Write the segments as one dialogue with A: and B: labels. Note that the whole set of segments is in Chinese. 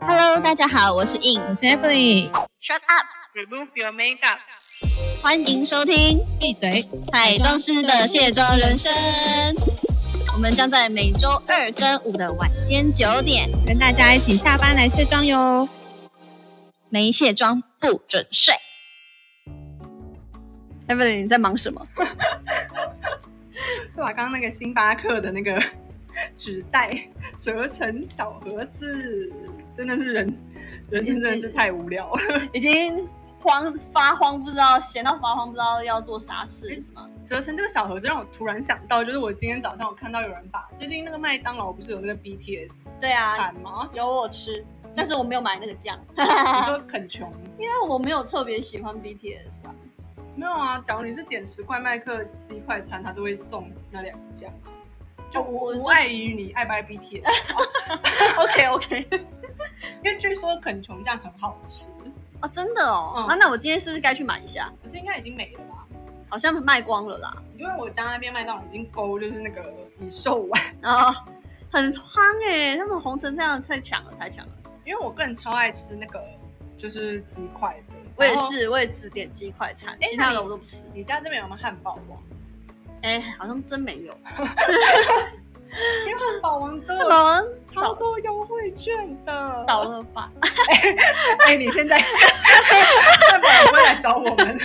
A: Hello，大家好，我是 In。
B: 我是 Emily，
A: Shut up！
C: Remove your makeup.
A: 欢迎收听
B: 闭嘴。
A: 彩妆师的卸妆人生。我们将在每周二跟五的晚间九点，
B: 跟大家一起下班来卸妆哟。
A: 没卸妆不准睡。Evelyn，你在忙什么？
C: 就把刚刚那个星巴克的那个 纸袋折成小盒子，真的是人，人生真的是太无聊了。
A: 已经慌发慌，不知道闲到发慌，不知道要做啥事，是吗？
C: 折成这个小盒子，让我突然想到，就是我今天早上我看到有人把最近那个麦当劳不是有那个 BTS
A: 对啊，
C: 产吗？
A: 有我吃，但是我没有买那个酱，
C: 你 说很穷？
A: 因为我没有特别喜欢 BTS 啊。
C: 没有啊，假如你是点十块麦克鸡快餐，他都会送那两个酱。就
A: 哦我
C: 无
A: 就
C: 无碍于你爱不爱 BTS 啊。OK OK，因为据说肯琼酱很好吃，
A: 哦，真的哦，
C: 嗯
A: 啊，那我今天是不是该去买一下？
C: 可是应该已经没了吧？
A: 好像卖光了啦，
C: 因为我家那边麦当劳已经勾就是那个已售完，
A: 然后哦很夯哎、他们红成这样，太强了，太强了。
C: 因为我个人超爱吃那个就是鸡块的。
A: 我也
C: 然后。
A: 是，我也只点鸡快餐，
C: 哎
A: 其他
C: 那
A: 的
C: 你
A: 我都不吃。
C: 你家这边有没有汉堡 王？
A: 哎、好像真没有。
C: 因为汉堡王都有
A: 哎老王
C: 超多优惠券的。
A: 倒了吧？
C: 哎、你现在 汉堡王会来找我们，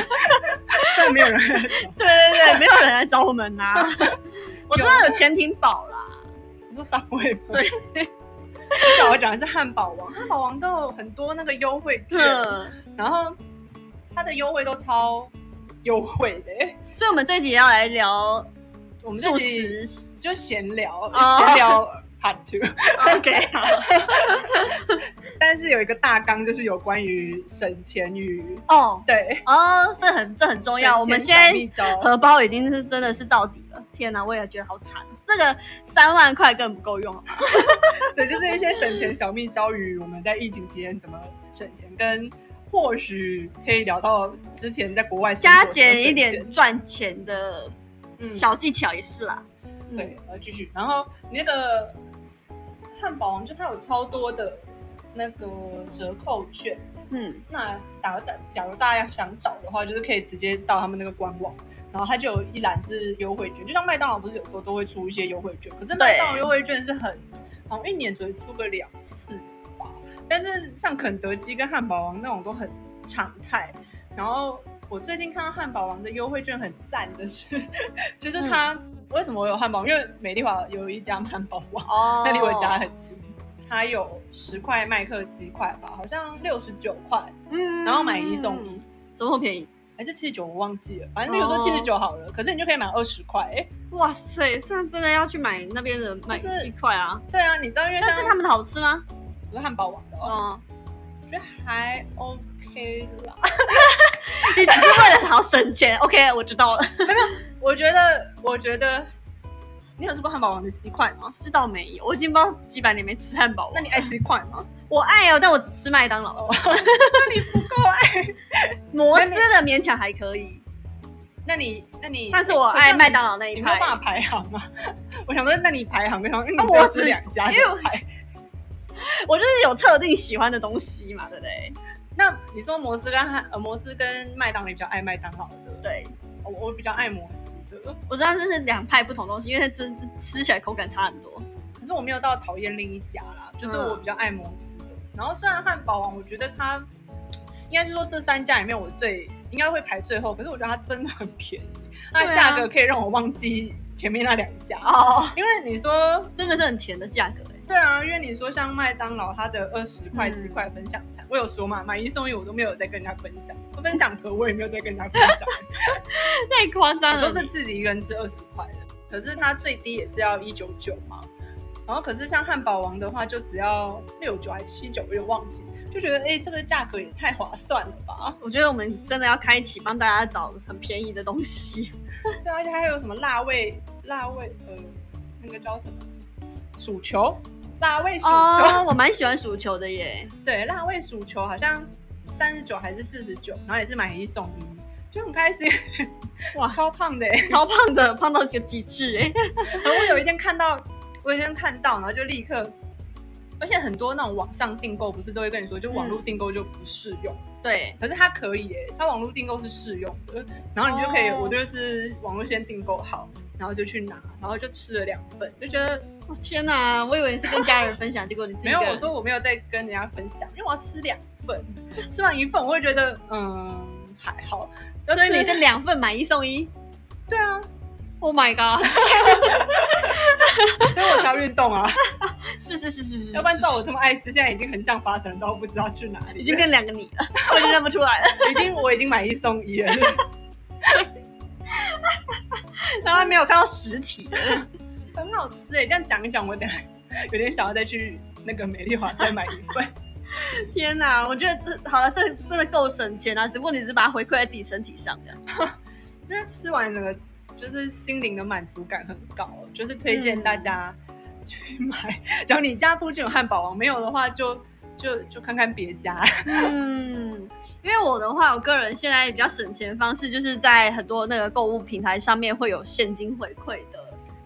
C: 但没有人来找。
A: 对对对，没有人来找我们啊呐、 我知道有潜艇堡啦，
C: 你说反胃吗？
A: 对。
C: 但我讲的是汉堡王，汉堡王都有很多那个优惠券，
A: 嗯，
C: 然后它的优惠都超优惠的、
A: 所以我们这集要来聊
C: 我们
A: 素
C: 这集
A: 食。
C: 就闲聊，
A: 哦
C: 闲聊 part two。
A: OK，好。
C: 但是有一个大纲，就是有关于省钱与
A: 哦
C: 对
A: 哦，这很这很重要。我们现在
C: 省钱小秘招
A: 荷包已经是真的是到底了。天哪，我也觉得好惨，那个三万块根本不够 用啊。
C: 对，就是一些省钱小秘招与我们在疫情期间怎么省钱，跟或许可以聊到之前在国外生活
A: 加
C: 怎么
A: 减一
C: 省
A: 点
C: 钱
A: 赚钱的
C: 嗯
A: 小技巧也是啦。嗯
C: 对，呃，继续。然后你那个汉堡王就它有超多的那个折扣券，
A: 嗯，
C: 那打打，假如大家想找的话，就是可以直接到他们那个官网，然后它就有一栏是优惠券，就像麦当劳不是有时候都会出一些优惠券，可是麦当劳优惠券是很，好像一年只会出个两次吧。但是像肯德基跟汉堡王那种都很常态。然后我最近看到汉堡王的优惠券很赞的是， 就是它、为什么我有汉堡王？因为美丽华有一家汉堡王。
A: 哦
C: 那离我家，很近。它有十块麦克鸡块吧，好像六十九块，
A: 嗯
C: 然后买一送一，
A: 怎么会便宜？
C: 还是七十九，我忘记了。反正比如
A: 哦
C: 说七十九好了，可是你就可以买二十块。哎、
A: 哇塞，这样真的要去买那边的买
C: 就是
A: 鸡块啊！
C: 对啊，你知道，因为像
A: 但是他们的好吃吗？
C: 不是汉堡王的、哦，
A: 哦，
C: 我觉得还 OK 啦。
A: 你只是为了好省 钱。OK，我知道了，
C: 我觉得，我觉得你有吃过汉堡王的鸡块吗？
A: 哦是倒没有，我已经不知道几百年没吃汉堡了。哦
C: 那你爱鸡块吗？
A: 我爱哦，但我只吃麦当劳。
C: 那你不够爱。
A: 摩斯的勉强还可以，
C: 那你，那你，
A: 但是我爱麦当劳那
C: 你
A: 一
C: 没有
A: 派
C: 办。法排行啊！我想说，那你排行没行？因为
A: 啊
C: 你只有
A: 我
C: 吃
A: 只
C: 两家，
A: 因为我我就是有特定喜欢的东西嘛，对不对？
C: 那你说摩斯跟汉呃摩斯跟麦当劳你比较爱麦当劳的，
A: 对，
C: 我我比较爱摩斯的，
A: 我知道这是两派不同东西，因为它真真吃起来口感差很多。
C: 可是我没有到讨厌另一家啦，就是
A: 嗯
C: 我比较爱摩斯的。然后虽然汉堡王，我觉得它应该是说这三家里面我最应该会排最后，可是我觉得它真的很便宜，它的
A: 对啊
C: 价格可以让我忘记前面那两家，
A: 哦，
C: 因为你说。
A: 真的是很甜的价格哎。
C: 对啊，因为你说像麦当劳，它的二十块
A: 嗯
C: 七块分享餐，我有说嘛，买一送一我都没有在跟人家分享，分享盒我也没有在跟人家分享。
A: 太夸张
C: 我
A: 了
C: 都
A: 你，
C: 是自己一个人吃二十块的，可是它最低也是要一九九嘛。然后可是像汉堡王的话，就只要六九还七九，有点忘记，就觉得哎、诶这个价格也太划算了吧？
A: 我觉得我们真的要开启帮大家找很便宜的东西，
C: 对啊，而且还有什么辣味辣味呃，那个叫什么薯球，辣味薯球，
A: 哦，我蛮喜欢薯球的 耶。
C: 对，辣味薯球好像三十九还是四十九，然后也是买一送一，就很开心，
A: 哇
C: 超胖的、欸。
A: 超胖的，胖
D: 欸
A: 到极极致哎！
C: 然后我有一天看到，我有一天看到，然后就立刻，而且很多那种网上订购不是都会跟你说，就网络订购就不适用，
D: 对，
C: 可是它可以耶、它网络订购是适用的，然后你就可以，
D: 哦
C: 我就是网络先订购好，然后就去拿，然后就吃了两份，就觉得
D: 哦天哪，我以为你是跟家人分享，结果你自己
C: 没
D: 一
C: 有，
D: 个人
C: 我说我没有在跟人家分享，因为我要吃两份，吃完一份我会觉得嗯还好，
D: 所以你
C: 要吃
D: 是两份买一送一
C: 对啊，
D: ，Oh my god！
C: 所以我才要运动 啊，
D: 是是是是是，
C: 要不然照我这么爱吃，现在已经横向发展到不知道去哪里了，
D: 已经变两个你 了，我已经认不出来了。
C: 已经我已经买一送一了，
D: 然后还没有看到实体的，
C: 很好吃哎、这样讲一讲，我等下 有点想要再去那个美丽华再买一 份。
D: 天哪！我觉得这好了，这真的够省钱啊！只不过你只是把它回馈在自己身体上的。
C: 真的吃完那个就是心灵的满足感很高，就是推荐大家去买。 只要你家附近有汉堡王，没有的话就就就看看别家。
D: 嗯， 因为我的话，我个人现在比较省钱的方式，就是在很多那个购物平台上面会有现金回馈的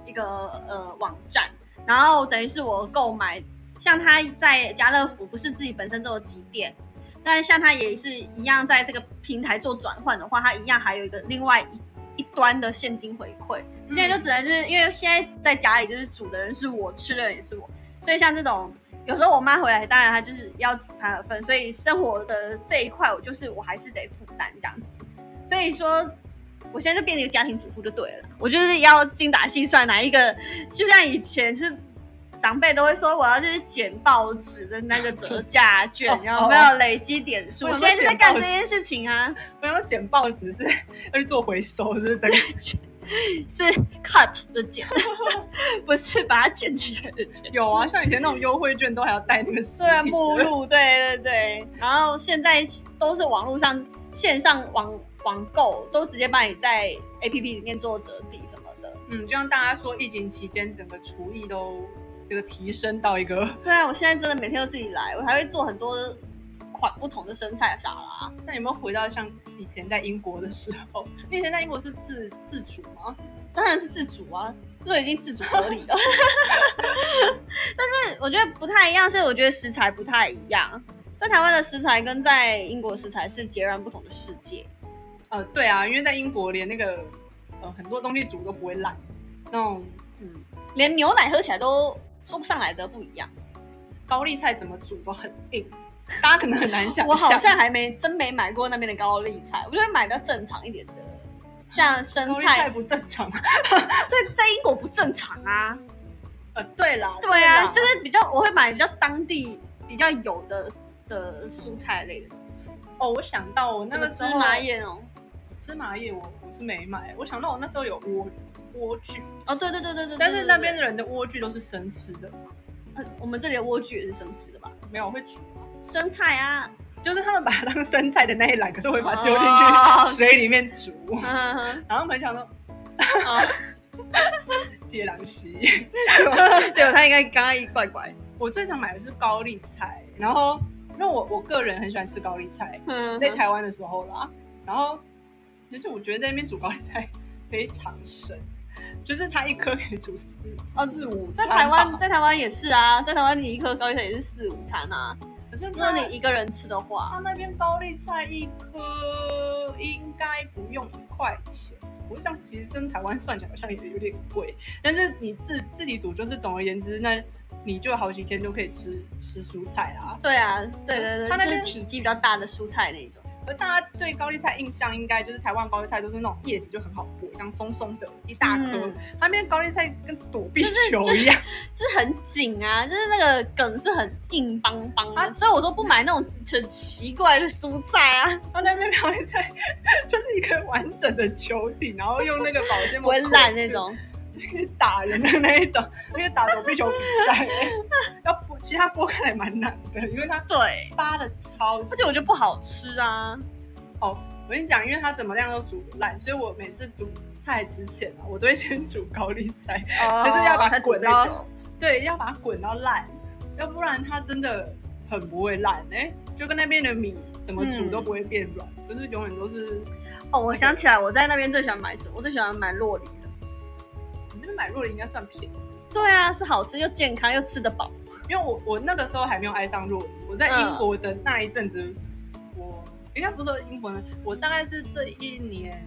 D: 一个呃网站，然后等于是我购买，像它在家乐福不是自己本身都有几点。但像它也是一样，在这个平台做转换的话，它一样还有一个另外一一端的现金回馈。现在就只能就是因为现在在家里就是煮的人是我，吃的人也是我，所以像这种有时候我妈回来，当然她就是要煮她的份，所以生活的这一块我就是我还是得负担这样子。所以说，我现在就变成一个家庭主妇就对了啦，我就是要精打细算，哪一个就像以前就是。长辈都会说我要就是捡报纸的那个折价券
C: 哦，
D: 然后没有累积点数。
C: 我
D: 我
C: 想
D: 现
C: 说
D: 在就在干
C: 捡报
D: 这
C: 纸
D: 件事情啊，
C: 不要捡报纸是 要去做回收，是不是整个
D: 是 cut 的 剪，不是把它捡起来的剪。
C: 有啊？像以前那种优惠券都还要带那个实体
D: 对啊，
C: 的
D: 目录，对对对。然后现在都是网络上线上网网购，都直接帮你在 A P P 里面做折抵什么的。
C: 嗯，就像大家说，疫情期间整个厨艺都这个提升到一个，
D: 虽然我现在真的每天都自己来，我还会做很多款不同的生菜沙拉。
C: 那有没有回到像以前在英国的时候？你以前在英国是自自主吗？
D: 当然是自主啊，这都已经自主合理了。 但是我觉得不太一样，是我觉得食材不太一样。在台湾的食材跟在英国的食材是截然不同的世界。
C: 呃，对啊，因为在英国连那个呃很多东西煮都不会烂，那种
D: 嗯，连牛奶喝起来都说不上来的不一样。
C: 高丽菜怎么煮都很硬，大家可能很难想象。
D: 我好像还没真没买过那边的高丽菜，我就会买比较正常一点的，像生
C: 高丽菜
D: 菜，
C: 不正常。啊
D: 在在英国不正常啊。
C: 呃，对啦，
D: 对啊，
C: 啦
D: 就是比较我会买比较当地比较有的的蔬菜类的东西，
C: 哦，我想到我那
D: 什么
C: 个时候
D: 芝麻，叶哦，
C: 芝麻叶我我是没买，我想到我那时候有莴莴苣，
D: 哦对对对对对，
C: 但是
D: 对
C: 那边
D: 对
C: 的人的莴苣都是生吃的，
D: 对呃我们这里的莴苣也是生吃的吧？
C: 没有会煮。
D: 生菜 啊，
C: 就是他们把它当生菜的那一栏，可是我会把它丢进
D: 哦
C: 去水里面煮，
D: 嗯哼
C: 然后我们想说
D: 哼哦
C: 接狼溪。
D: 对，他应该刚刚一怪怪，
C: 我最常买的是高丽菜，然后因为我我个人很喜欢吃高丽菜，
D: 嗯
C: 在
D: 哼
C: 台湾的时候啦，然后就是我觉得在那边煮高丽菜非常神，就是它一颗可以煮四
D: 哦
C: 四五
D: 在
C: 餐吧，
D: 台湾，在台湾也是啊，在台湾你一颗高丽菜也是四五餐啊。
C: 可是
D: 如果
C: 那
D: 你
C: 你
D: 一个人吃的话，
C: 它那边高丽菜一颗应该不用一块钱。我想，其实跟台湾算起来好像也有点贵，但是你自自己煮，就是总而言之，那你就好几天都可以吃吃蔬菜啦。
D: 对啊，对对对，
C: 它那
D: 就是
C: 边
D: 体积比较大的蔬菜那一种。
C: 而大家对高丽菜印象应该就是台湾高丽菜都是那种叶子就很好剥，像松松的一大颗
D: 嗯，
C: 它那边高丽菜跟躲避球一样，
D: 就是很紧啊，就是那个梗是很硬邦邦的，
C: 啊
D: 所以我说不买那种很奇怪的蔬菜啊，
C: 然后那边高丽菜就是一个完整的球体，然后用那个保鲜
D: 不
C: 膜
D: 会烂那种。
C: 去打人的那一种，而且打躲避球比赛、 要剥，其实它剥开来蛮难的，因为它
D: 对，
C: 扒的超
D: 而且我觉得不好吃啊。
C: 哦，我跟你讲，因为它怎么样都煮不烂，所以我每次煮菜之前啊，我都会先煮高丽菜，就是要把它滚到，对，要把它滚到烂，要不然它真的很不会烂哎、就跟那边的米怎么煮
D: 嗯
C: 都不会变软，就是永远都是。
D: 哦，我想起来，我在那边最喜欢买什么？我最喜欢买洛梨的。
C: 你那边买肉的应该算便宜，
D: 对对啊，是好吃又健康又吃得饱。
C: 因为我我那个时候还没有爱上若雨，我在英国的那一阵子，我应该不是说英国呢，我大概是这一年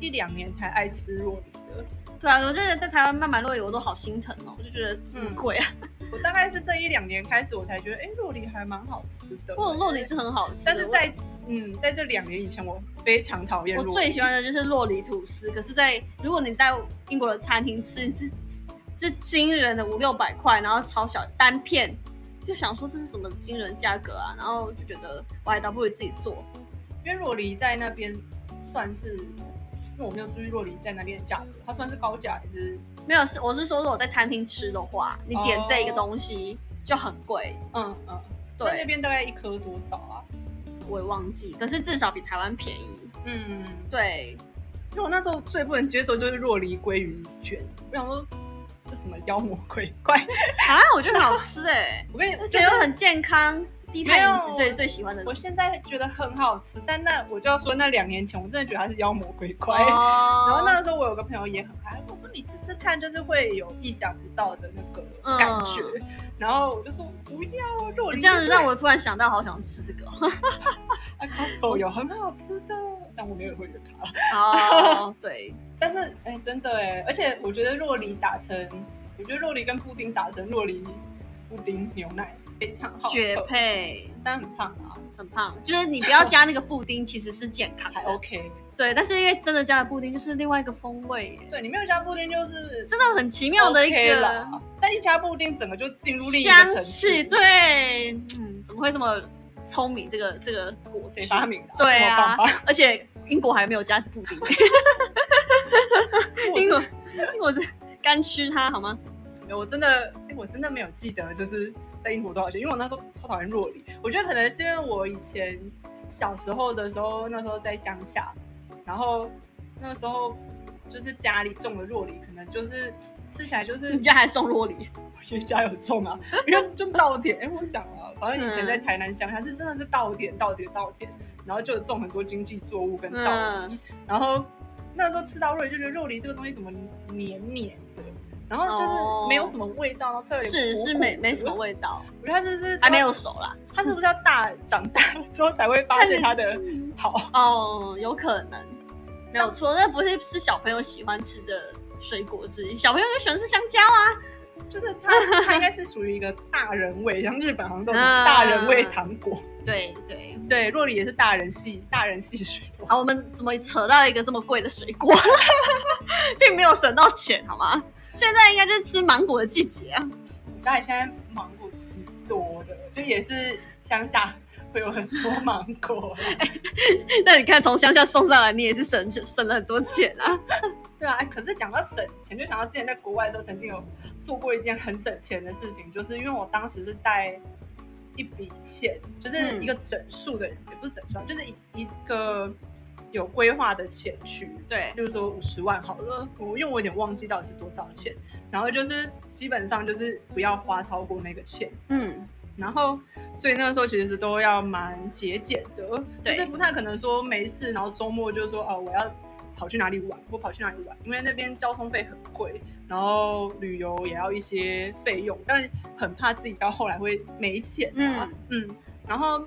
C: 一两年才爱吃若雨的。
D: 对啊，我真的在台湾慢慢落雨，我都好心疼哦，我就觉得
C: 嗯
D: 很贵啊。
C: 我大概是这一两年开始，我才觉得，哎、若梨还蛮好吃的。
D: 我洛梨是很好吃的，
C: 但是在嗯，在这两年以前，我非常讨厌
D: 我
C: 洛梨。
D: 最喜欢的就是洛梨吐司，可是在，如果你在英国的餐厅吃，这这惊人的五六百块，然后超小单片，就想说这是什么惊人价格啊，然后就觉得我还倒不如自己做。
C: 因为若梨在那边算是，因为我没有注意若梨在那边的价格，它算是高价还是？
D: 没有，是我是说，如果在餐厅吃的话，你点这一个东西就很贵，
C: 嗯嗯，那哦那
D: 对，
C: 边大概一颗多少啊？
D: 我也忘记，可是至少比台湾便宜，
C: 嗯，
D: 对，
C: 因为我那时候最不能接受就是若梨鲑鱼卷，我想说这什么妖魔鬼怪？
D: 啊，我觉得很好吃哎、
C: 我跟你，
D: 而且又很健康，低碳饮食
C: 没
D: 最
C: 有
D: 最喜欢的
C: 我
D: 东西。
C: 现在觉得很好吃，但那我就要说那两年前，我真的觉得它是妖魔鬼怪。
D: 哦
C: 然后那个时候我有个朋友也很爱，我说你吃吃看，就是会有意想不到的那个感觉。然后我就说不要啊，肉
D: 嗯你这样子让我突然想到，好想吃这个哦。
C: 卡手有很好吃的，但我没有会员卡。
D: 哦，对，
C: 但是哎、真的哎，而且我觉得若梨打成，我觉得若梨跟布丁打成若梨布丁牛奶非常好喝，
D: 绝配，
C: 但很胖啊，
D: 很胖。就是你不要加那个布丁，其实是健康
C: 还
D: 的。
C: OK。
D: 对，但是因为真的加了布丁，就是另外一个风味耶，
C: 对，你没有加布丁就是
D: 真的很奇妙的一
C: OK
D: 个
C: 啦，但一加布丁整个就进入另一个
D: 香
C: 层
D: 气。
C: 次。
D: 对，嗯，怎么会这么聪明？这个这个果汁
C: 谁发？明的、
D: 对
C: 这么棒
D: 啊
C: 吗，
D: 而且英国还没有加布丁， 欸
C: 我
D: 英国英国是干吃它好吗？
C: 我真的，哎、我真的没有记得，就是在英国多少钱，因为我那时候超讨厌若梨。我觉得可能是因为我以前小时候的时候，那时候在乡下，然后那时候就是家里种的若梨，可能就是吃起来就是
D: 你家还种洛梨，
C: 因为家有种啊，因为就稻田。哎、我讲了，反正以
D: 嗯
C: 前在台南乡下是真的是稻田，稻田，稻田，然后就有种很多经济作物跟稻米。
D: 嗯
C: 然后那时候吃到肉梨就觉得肉梨这个东西怎么黏黏的，然后就是
D: 哦
C: 没有什么味道，然后吃了有
D: 是
C: 点苦苦
D: 是
C: 的
D: 没没什么。味道，
C: 我觉得它是不是
D: 还没有？熟啦。
C: 它是不是要大长大了之后才会发现它的好？
D: 哦，有可能，没有错，那不是是小朋友喜欢吃的水果之一，小朋友就喜欢吃香蕉啊，
C: 就是它它应该是属于一个大人味，像日本好像都有大人味糖果。
D: 对对。
C: 对，若梨也是大人系大人系水果。
D: 好，我们怎么扯到一个这么贵的水果， 并没有省到钱，好吗？现在应该就是吃芒果的季节啊，
C: 我家里现在芒果吃多的，就也是乡下会有很多 芒果。
D: 那你看从乡下送上来，你也是省省了很多钱啊。
C: 对啊，可是讲到省钱，就想到之前在国外的时候，曾经有做过一件很省钱的事情，就是因为我当时是带一笔钱，就是一个整数的，也不是整数啊，就是一一个有规划的钱去，
D: 对，
C: 例如说五十万好了，我因为我有点忘记到底是多少钱，然后就是基本上就是不要花超过那个钱，
D: 嗯，
C: 然后，所以那个时候其实是都要蛮节俭的，就
D: 对
C: 是不太可能说没事，然后周末就说哦，我要跑去哪里玩，或跑去哪里玩，因为那边交通费很贵，然后旅游也要一些费用，但很怕自己到后来会没钱啊，嗯然后，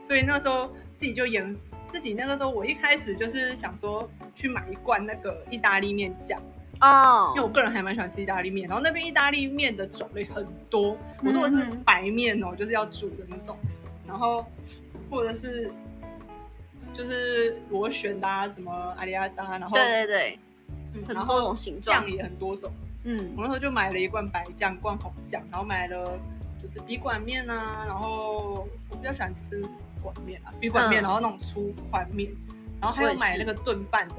C: 所以那时候自己就研自己那个时候，我一开始就是想说去买一罐那个意大利面酱。
D: 哦
C: 因为我个人还蛮喜欢吃意大利面，然后那边意大利面的种类很多，我说的
D: 嗯
C: 是白面哦，就是要煮的那种，然后或者是就是螺旋的啊，什么阿里阿扎，然后
D: 对对对，
C: 嗯
D: 很
C: 然
D: 多
C: 后
D: 种形状
C: 酱，也很多种，
D: 嗯
C: 我那时候就买了一罐白酱，一罐红酱，然后买了就是笔管面啊，然后我比较喜欢吃管面啊，笔管面，
D: 嗯
C: 然后那种粗宽面，然后还
D: 我
C: 有
D: 也是
C: 买那个炖饭的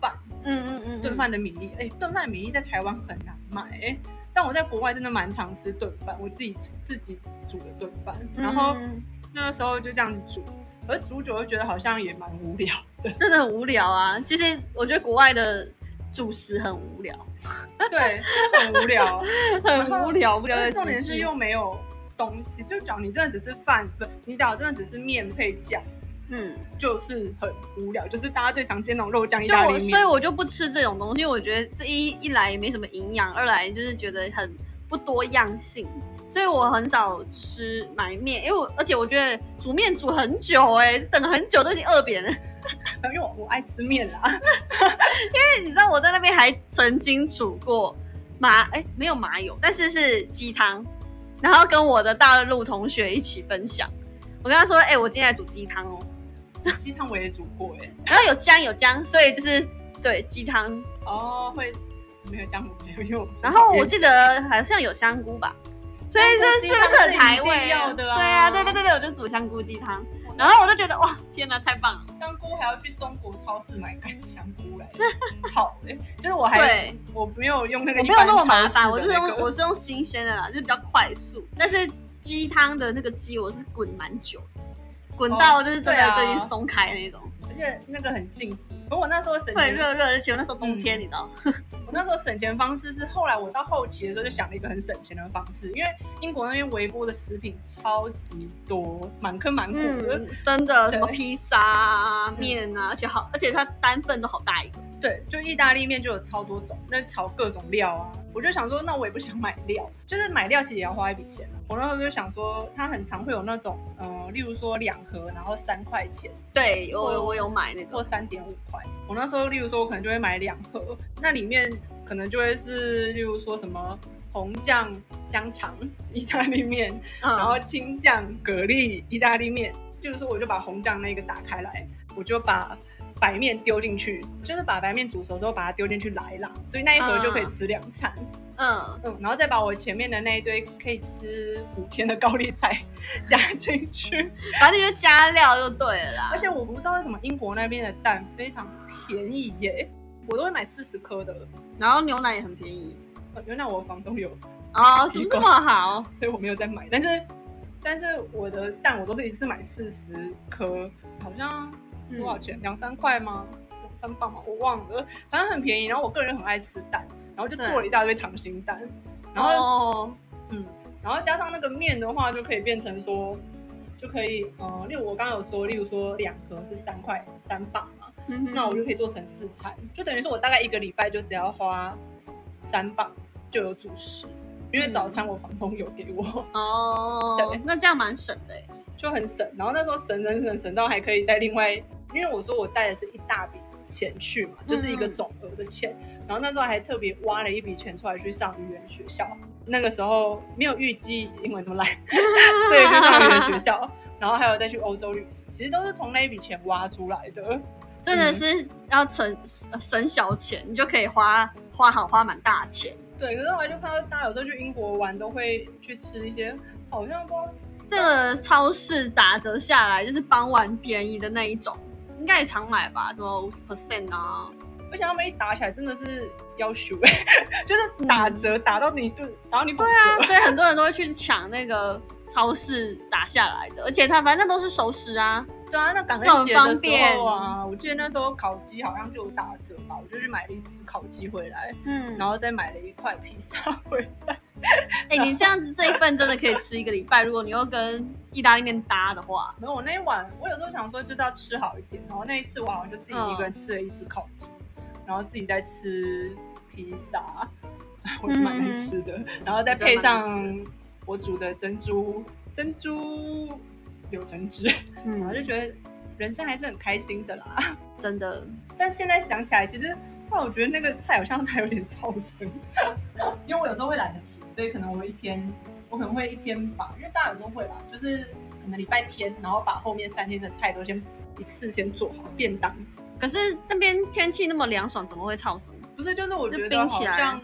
C: 饭。
D: 嗯嗯嗯，
C: 炖饭的米粒，哎、炖饭米粒在台湾很难买、哎，但我在国外真的蛮常吃炖饭，我自己吃自己煮的炖饭，
D: 嗯，
C: 然后
D: 嗯
C: 那个时候就这样子煮，而煮久了觉得好像也蛮无 聊，
D: 真的很无聊啊。其实我觉得国外的主食很无 聊。
C: 对，真的很 无聊，
D: 很无聊，无聊的
C: 但是重点是又没有东西，就讲你真的只是饭，不，你讲真的只是面配酱，
D: 嗯，
C: 就是很无聊，就是大家最常见那种肉酱意
D: 所以
C: 大
D: 我
C: 利
D: 所以
C: 面。
D: 我就不吃这种东西，因为我觉得这一一来也没什么营养，二来就是觉得很不多样性，所以我很少吃买面，因为我而且我觉得煮面煮很久、哎，等很久都已经饿扁了。
C: 呃因为我我爱吃面啦，
D: 你知道我在那边还曾经煮过麻哎、没有麻油，但是是鸡汤，然后跟我的大陆同学一起分享。我跟他说：“哎、我今天来煮鸡汤哦，
C: 鸡汤我也煮过哎、
D: 然后有姜有姜，所以就是对鸡汤。
C: 哦，会没有姜母没有用。
D: 然后我记得好像有香菇吧，所以这是不是很台
C: 香菇鸡汤是一定
D: 味
C: 要的啊
D: 对啊，对对对对，我就煮香菇鸡汤，然后我就觉得 哇，天哪，太棒了！
C: 香菇还要去中国超市买干香菇来好哎、就是我还
D: 对，
C: 我没有用那个
D: 我
C: 一
D: 没有
C: 般
D: 那么麻
C: 超市
D: 烦，
C: 的
D: 我就是
C: 那
D: 用
C: 个
D: 我是用新鲜的啦，就是比较快速。但是鸡汤的那个鸡，我是滚蛮久的，滚到就是真
C: 对啊
D: 的都已经松开那种。
C: 而且那个很幸福。可我那时候省
D: 对，
C: 钱，
D: 热热的，且那时候冬天，
C: 嗯
D: 你知道？
C: 我那时候省钱方式是后来我到后期的时候就想了一个很省钱的方式，因为英国那边微波的食品超级多，满坑满谷的。
D: 嗯，真的，
C: 对嗯
D: 什么披萨啊、面啊，而且好，而且它单份都好大一个。
C: 对，就意大利面就有超多种，那炒各种料啊。我就想说，那我也不想买料，就是买料其实也要花一笔钱、啊。我那时候就想说，它很常会有那种，呃，例如说两盒，然后三块钱
D: 对，我
C: 哦
D: 我有买那
C: 或
D: 个，
C: 三点五块。我那时候，例如说，我可能就会买两盒，那里面可能就会是，例如说什么红酱香肠意大利面，然
D: 然
C: 后青酱蛤蜊意大利面，就是说我就把红酱那个打开来，我就把白面丢进去，就是把白面煮熟之后把它丢进去拉一拉，所以那一盒就可以吃两餐。
D: 嗯，
C: 嗯，然后再把我前面的那一堆可以吃五天的高丽菜 加进去，
D: 反正就是加料就对了啦
C: 而。且我不知道为什么英国那边的蛋非常便宜耶，我都会买四十颗的。
D: 然后牛奶也很便宜
C: 呃原来我房东有
D: 哦，怎么这么好？
C: 所以我没有再买。但是，但是我的蛋我都是一次买四十颗，好像多少钱？两、三块吗？三磅吗？我忘了，反正很便宜。然后我个人很爱吃蛋，然后就做了一大堆溏心蛋，然后、
D: 后
C: 嗯，然后加上那个面的话，就可以变成说，就可以呃，例如我刚刚有说，例如说两盒是三块三磅嘛，
D: 嗯
C: 那我就可以做成四餐，就等于说我大概一个礼拜就只要花三磅就有主食，因为早餐我房东有给我，
D: 哦
C: 对，
D: 那这样蛮省的欸
C: 就很省。然后那时候省省省省到还可以再另外，因为我说我带的是一大笔钱去嘛，就是一个总额的钱。然后那时候还特别挖了一笔钱出来去上语言学校，那个时候没有预计英文这么烂， 所以就上语言学校。 然后还有再去欧洲旅行，其实都是从那一笔钱挖出来的。
D: 真的是要省省小钱，你就可以花花好花满大钱。
C: 对，可是后来就看到大家有时候去英国玩都会去吃一些，好像不知道
D: 那个超市打折下来就是傍晚便宜的那一种，应该也常买吧？什么五十 percent 啊？
C: 而且他们一打起来真的是要输、欸 就是打折打到你就打到你骨折。
D: 所以很多人都会去抢那个超市打下来的，而且它反正都是熟食啊。
C: 对啊，那感恩节的时候啊，我记得那时候烤鸡好像就有打折吧，我就去买了一只烤鸡回来，
D: 嗯，
C: 然后再买了一块披萨回来。
D: 哎、你这样子这一份真的可以吃一个礼拜，如果你又跟意大利面搭的话。
C: 没有，我那一晚我有时候想说就是要吃好一点，然后那一次我好像就自己
D: 嗯
C: 一个人吃了一只烤鸡，然后自己在吃披萨， 我是蛮爱吃的，然后再配上
D: 嗯我觉得蛮
C: 我煮的珍珠珍珠柳橙汁， 然后
D: 嗯，
C: 就觉得人生还是很开心的啦。
D: 真的，
C: 但现在想起来，其实后来我觉得那个菜好像还有点超生， 因为我有时候会懒得煮，所以可能我一天，我可能会一天把，因为大家有时候会吧，就是可能礼拜天，然后把后面三天的菜都先一次先做好，便当
D: 可是那边天气那么凉爽，怎么会超生？
C: 不是就是我觉
D: 就
C: 得
D: 冰起
C: 好
D: 来
C: 像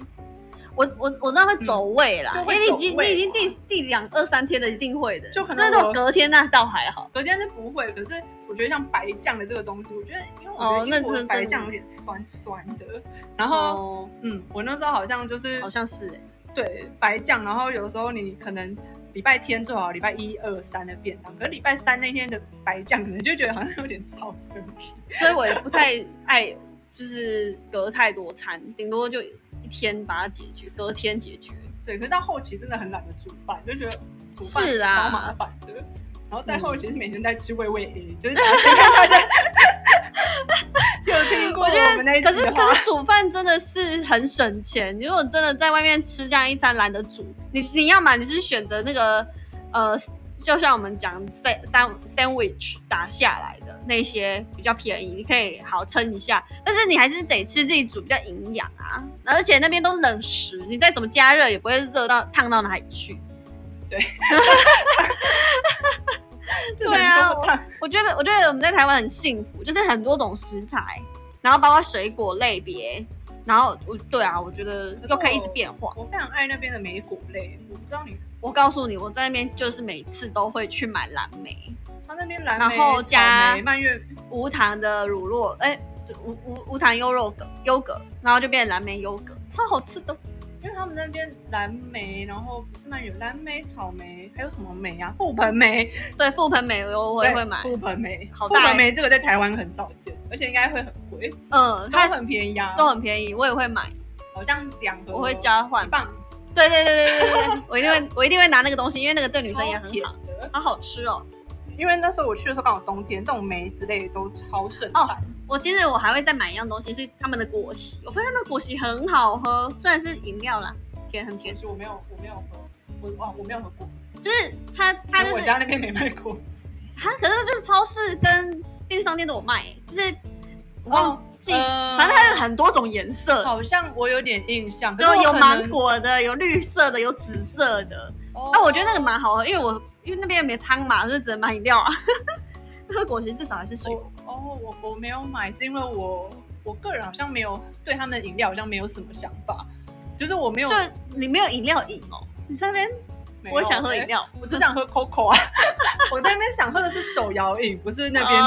D: 我我我知道会走位啦，
C: 嗯就
D: 因为
C: 会
D: 你已经
C: 走
D: 你
C: 位
D: 已经第第两二三天的一定会的，
C: 就可能
D: 是
C: 我
D: 到隔天那倒还好。
C: 隔天是不会，可是我觉得像白酱的这个东西，我觉得因为我
D: 哦
C: 觉得
D: 那
C: 英国的
D: 这
C: 白
D: 真的
C: 酱有点酸酸的，然后、嗯，我那时候好像就是
D: 哦好像是欸、
C: 对白酱，然后有时候你可能礼拜天做好礼拜一二三的便当，可是礼拜三那天的白酱可能就觉得好像有点超生僻。
D: 所以我也不太爱就是隔太多餐，顶多就一天把它解决，隔天解决。
C: 对，可是到后期真的很懒得煮饭，就觉得煮饭
D: 是
C: 超
D: 啊
C: 麻烦的。然然后再后期是每天在吃味味 A，就是先看大家 有听过
D: 我觉得
C: 我们那一
D: 可
C: 集
D: 是
C: 的
D: 可
C: 话，
D: 是煮饭真的是很省钱，如果真的在外面吃这样一餐懒得煮，你你要嘛你是选择那个呃，就像我们讲三三 sandwich 打下来的那些比较便宜，你可以好撑一下，但是你还是得吃自己煮比较营养啊，而且那边都冷食，你再怎么加热也不会热到烫到哪里去。
C: 是
D: 对啊
C: 能够看
D: 我觉得，我觉得我们在台湾很幸福，就是很多种食材，然后包括水果类别，然后我对啊，我觉得都可以一
C: 哦
D: 直变化。
C: 我非常爱那边的莓果类，我不知道你
D: 我告诉你，我在那边就是每次都会去买蓝莓，
C: 他那边蓝莓、
D: 然后加
C: 草莓、蔓越
D: 无糖的乳酪，哎、无无无糖优肉格优格，然后就变成蓝莓优格，超好吃的。
C: 因为他们那边蓝莓，然后不是蔓越蓝莓、草莓，还有什么莓啊？覆盆莓，
D: 对，覆盆莓我我也
C: 对
D: 会买，
C: 覆盆莓，
D: 好大
C: 覆
D: 欸
C: 盆莓这个在台湾很少见，而且应该会很贵，
D: 嗯，
C: 都
D: 它
C: 很便宜啊，
D: 都很便宜，我也会买，
C: 好像两盒
D: 我会交换
C: 一。磅，
D: 对对对对对对对，我一定会我一定会拿那个东西，因为那个对女生也
C: 超
D: 很
C: 甜
D: 好，
C: 的。
D: 好好吃哦。
C: 因为那时候我去的时候刚好冬天，这种梅之类的都超盛
D: 哦
C: 产。
D: 我其实我还会再买一样东西，是他们的果昔。我发现那果昔很好喝，虽然是饮料啦，甜很
C: 其
D: 甜，
C: 实我没有，我没有喝，我哇，我没有喝过，
D: 就是它它
C: 因为
D: 就
C: 我
D: 是
C: 家那边没卖过。
D: 它，可是就是超市跟便利商店都有卖、欸就是我忘记，
C: 呃
D: 反正它有很多种颜色，
C: 好像我有点印象，
D: 就有芒，果的，有绿色的，有紫色的。
C: 哦
D: 啊，我觉得那个蛮好喝，因为我因为那边也没汤嘛，我就只能买饮料啊。 喝果昔至少还是水果，
C: 我哦，我我没有买，是因为我我个人好像没有对他们的饮料好像没有什么想法，就是我没有，
D: 就你没有饮料饮哦，你在那边
C: 哦没有
D: 我想喝饮，料，
C: 欸我只想喝 Coco 啊， 我在那边想喝的是手摇饮，不是那边的饮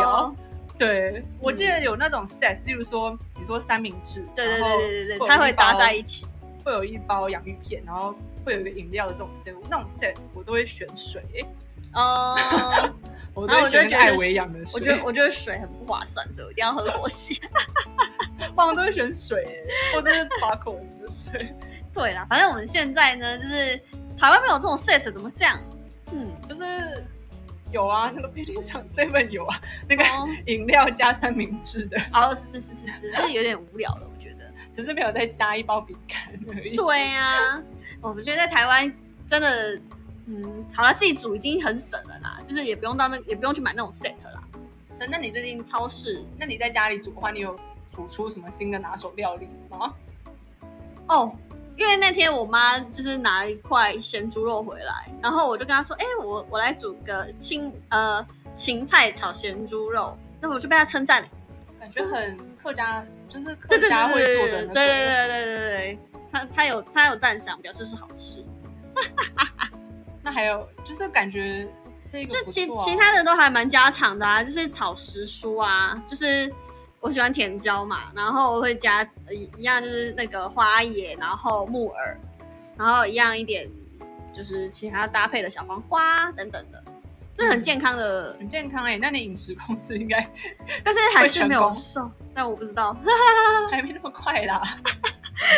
C: 料。
D: 哦嗯
C: 对，我记得有那种 set，例如说你说三明治，
D: 对对
C: 然后
D: 对对对对，
C: 有
D: 它会
C: 一包
D: 搭在一起。
C: 会有一包洋芋片，然后会有一个饮料的这种 set，那种 set 我都会选水，欸
D: 哦、
C: 我
D: 然
C: 都
D: 后
C: 会
D: 我就
C: 选那
D: 觉
C: 个
D: 得
C: 艾
D: 是
C: 维养的 水，
D: 我觉得我觉得水很不划算，所以我一定要喝果昔。
C: 我好像都会选水，欸或者是 sparkle 的水。
D: 对啦，反正我们现在呢，就是台湾没有这种 set，怎么这样？嗯，
C: 就是有啊， 那个便利商 seven 有啊，那个
D: 哦，
C: 饮料加三明治的，
D: 哦，是是是是是，这有点无聊了，我觉得。
C: 只是没有再加一包饼干而已。
D: 对呀、我们觉得在台湾真的，嗯，好了，自己煮已经很省了啦，就是也不用到那，也不用去买那种 set 啦。
C: 那你最近，
D: 超市
C: 那你在家里煮的话，你有煮出什么新的拿手料理吗？
D: 哦，因为那天我妈就是拿一块咸猪肉回来，然后我就跟她说：“哎、我我来煮个青呃芹菜炒咸猪肉。”那我就被她称赞了，
C: 感觉很客家，就是
D: 对
C: 客
D: 对对
C: 家
D: 对
C: 会
D: 对
C: 做
D: 对
C: 的那
D: 对
C: 种。
D: 对对对对，她她有她有赞赏，表示是好吃。
C: 那还有就是感觉这个
D: 就
C: 不
D: 其
C: 错啊
D: 其他的都还蛮家常的啊，就是炒时蔬啊，就是我喜欢甜椒嘛，然后我会加呃一一样就是那个花椰，然后木耳，然后一样一点就是其他搭配的小黄瓜等等的，这很健康的，
C: 很健康哎、那你饮食控 制应该
D: 但是还是没
C: 会
D: 有
C: 成功
D: 瘦，但我不知道，
C: 还没那么快啦，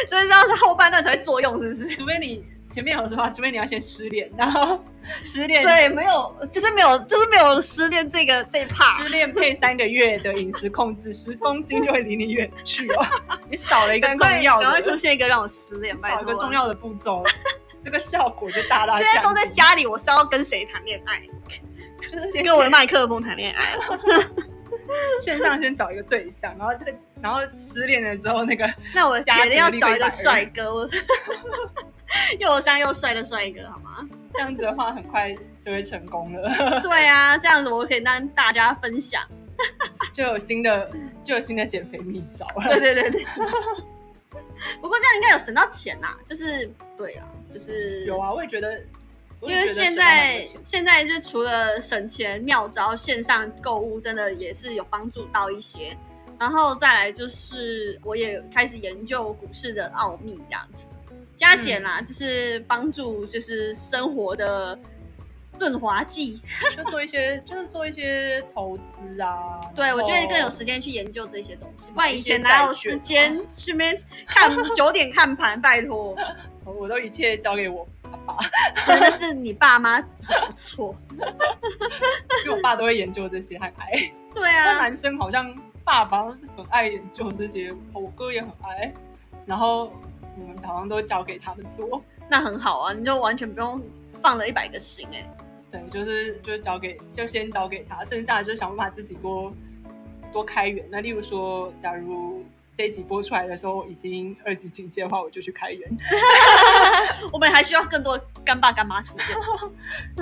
D: 所以这样是后半段才会作用，是不是？
C: 除非你前面有说话，除非你要先失恋，然后失恋
D: 对，没有，就是没有，就是没有失恋这个这一 part。
C: 失恋配三个月的饮食控制，十公斤就会离你远去哦。你少了一个
D: 赶
C: 重
D: 快
C: 要
D: 赶快
C: 的，
D: 出现一个让我失恋，拜
C: 少
D: 托
C: 一个
D: 了
C: 重要的步骤，这个效果就大大。
D: 现在都在，家里，我是要跟谁谈恋爱？
C: 就是先
D: 跟我的麦克风谈恋爱。
C: 线上先找一个对象，然后这个，然后失恋了之后，那个
D: 那我
C: 家
D: 决定要
C: 庭力
D: 找一
C: 最
D: 个
C: 大
D: 帅哥， 我又香又帅的帅哥， 好吗？
C: 这样子的话，很快就会成功了，
D: 对啊，这样子我可以让大家分享。
C: 就有新的，就有新的减肥秘招了。
D: 对对对对。不过这样应该有省到钱啦，就是对啊，就是
C: 有。啊，我也觉得，我
D: 因
C: 也
D: 为
C: 觉得
D: 现
C: 省了很多
D: 在
C: 钱
D: 现在就是除了省钱妙招，线上购物真的也是有帮助到一些。然后再来就是我也开始研究股市的奥秘这样子，加减啦、就是帮助就是生活的润滑剂。
C: 就做一些，就是做一些投资啊。
D: 对我觉
C: 然
D: 得
C: 后
D: 更有时间去研究这些啊东西，不
C: 买
D: 然
C: 一
D: 以
C: 些
D: 前哪有
C: 债券
D: 时 间去面看九点看盘？拜托，
C: 我都一切交给我爸，
D: 真的是你爸妈不错。
C: 因为我爸都会研究这些，还爱。
D: 对
C: 但
D: 啊，
C: 男生好像爸爸都是很爱研究这些，我哥也很爱，然后我们好像都交给他们做。
D: 那很好啊，你就完全不用放了一百个心哎、
C: 对，就是就是交给，就先交给他，剩下的就是想办法自己多多开源。那例如说，假如这一集播出来的时候已经二级警戒的话，我就去 开源。
D: 我们还需要更多干爸干妈出现。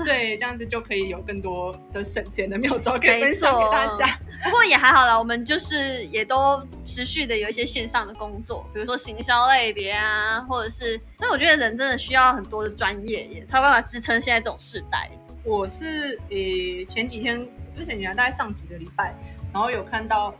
C: 对，这样子就可以有更多的省钱的妙招可以
D: 没
C: 分享给
D: 错
C: 大家。
D: 不过也还好啦，我们就是也都持续的有一些线上的工作，比如说行销类别啊，或者是，所以我觉得人真的需要很多的专业，也才有办法支撑现在这种世代。
C: 我是呃前几天不是前几天，大概上几个礼拜，然后有看到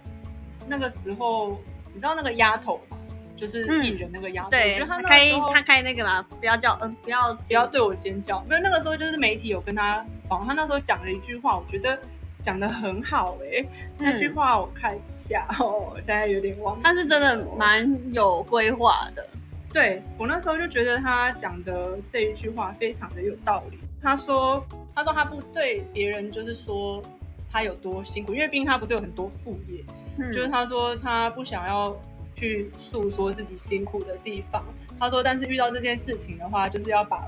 C: 那个时候，你知道那个丫头吗？就是
D: 嗯
C: 艺人那个丫头，我
D: 对
C: 觉得她
D: 他
C: 那个
D: 开
C: 时候
D: 他开那个嘛，不要叫嗯、不要
C: 只要对我尖叫，没有那个时候就是媒体有跟她访问，她那时候讲了一句话，我觉得讲的很好哎、那句
D: 嗯
C: 话我看一下哦，我现在有点忘记了，
D: 他是真的蛮有规划的。
C: 对我那时候就觉得他讲的这一句话非常的有道理。他说，他说他不对别人就是说他有多辛苦，因为毕竟他不是有很多副业，
D: 嗯
C: 就是他说他不想要去诉说自己辛苦的地方。他说，但是遇到这件事情的话，就是要把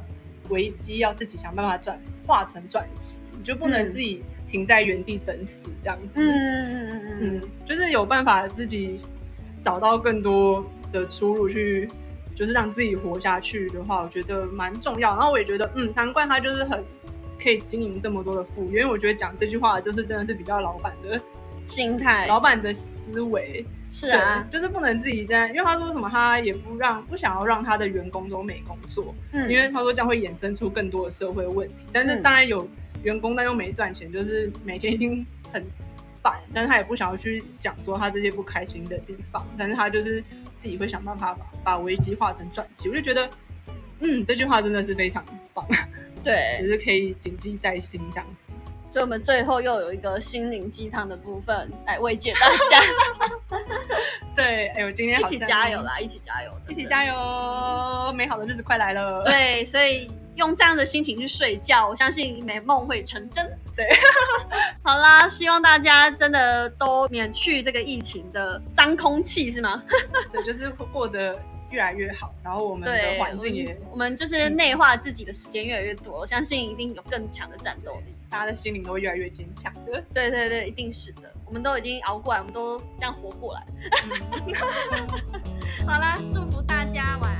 C: 危机要自己想办法转化成转机，你就不能
D: 嗯
C: 自己停在原地等死这样子。
D: 嗯嗯嗯嗯
C: 嗯，就是有办法自己找到更多的出路去，就是让自己活下去的话，我觉得嗯蛮重要。然后我也觉得，嗯，难怪他就是很可以经营这么多的副业，因为我觉得讲这句话就是真的是比较老板的
D: 嗯，心态
C: 老板的思维，
D: 是啊，
C: 对，就是不能自己在，因为他说什么，他也不让不想要让他的员工都没工作，
D: 嗯，
C: 因为他说这样会衍生出更多的社会问题。但是
D: 嗯
C: 当然有员工，但又没赚钱，就是每天一定很烦，但是他也不想要去讲说他这些不开心的地方，但是他就是自己会想办法把把危机化成转机。我就觉得，嗯，这句话真的是非常棒，
D: 对
C: 只，是可以谨记在心这样子。
D: 所以我们最后又有一个心灵鸡汤的部分来慰藉大家，
C: 对，哎呦，今天
D: 一
C: 好
D: 起
C: 像
D: 加油，啦，一起加油，
C: 一起
D: 油。
C: 加油，美好的日子快来了。
D: 对，所以用这样的心情去睡觉，我相信美梦会成真。
C: 对，
D: 好啦，希望大家真的都免去这个疫情的脏空气，是 吗？
C: 对，就是过得越来越好，然后我们
D: 对，
C: 的环境
D: 我
C: 也
D: 们，我们就是内化自己的时间越来越多，我相信一定有更强的战斗力。
C: 大家的心灵都会越来越坚强的。
D: 对对对，一定是的，我们都已经
C: 嗯
D: 熬过来，我们都这样活过来。好啦，祝福大家晚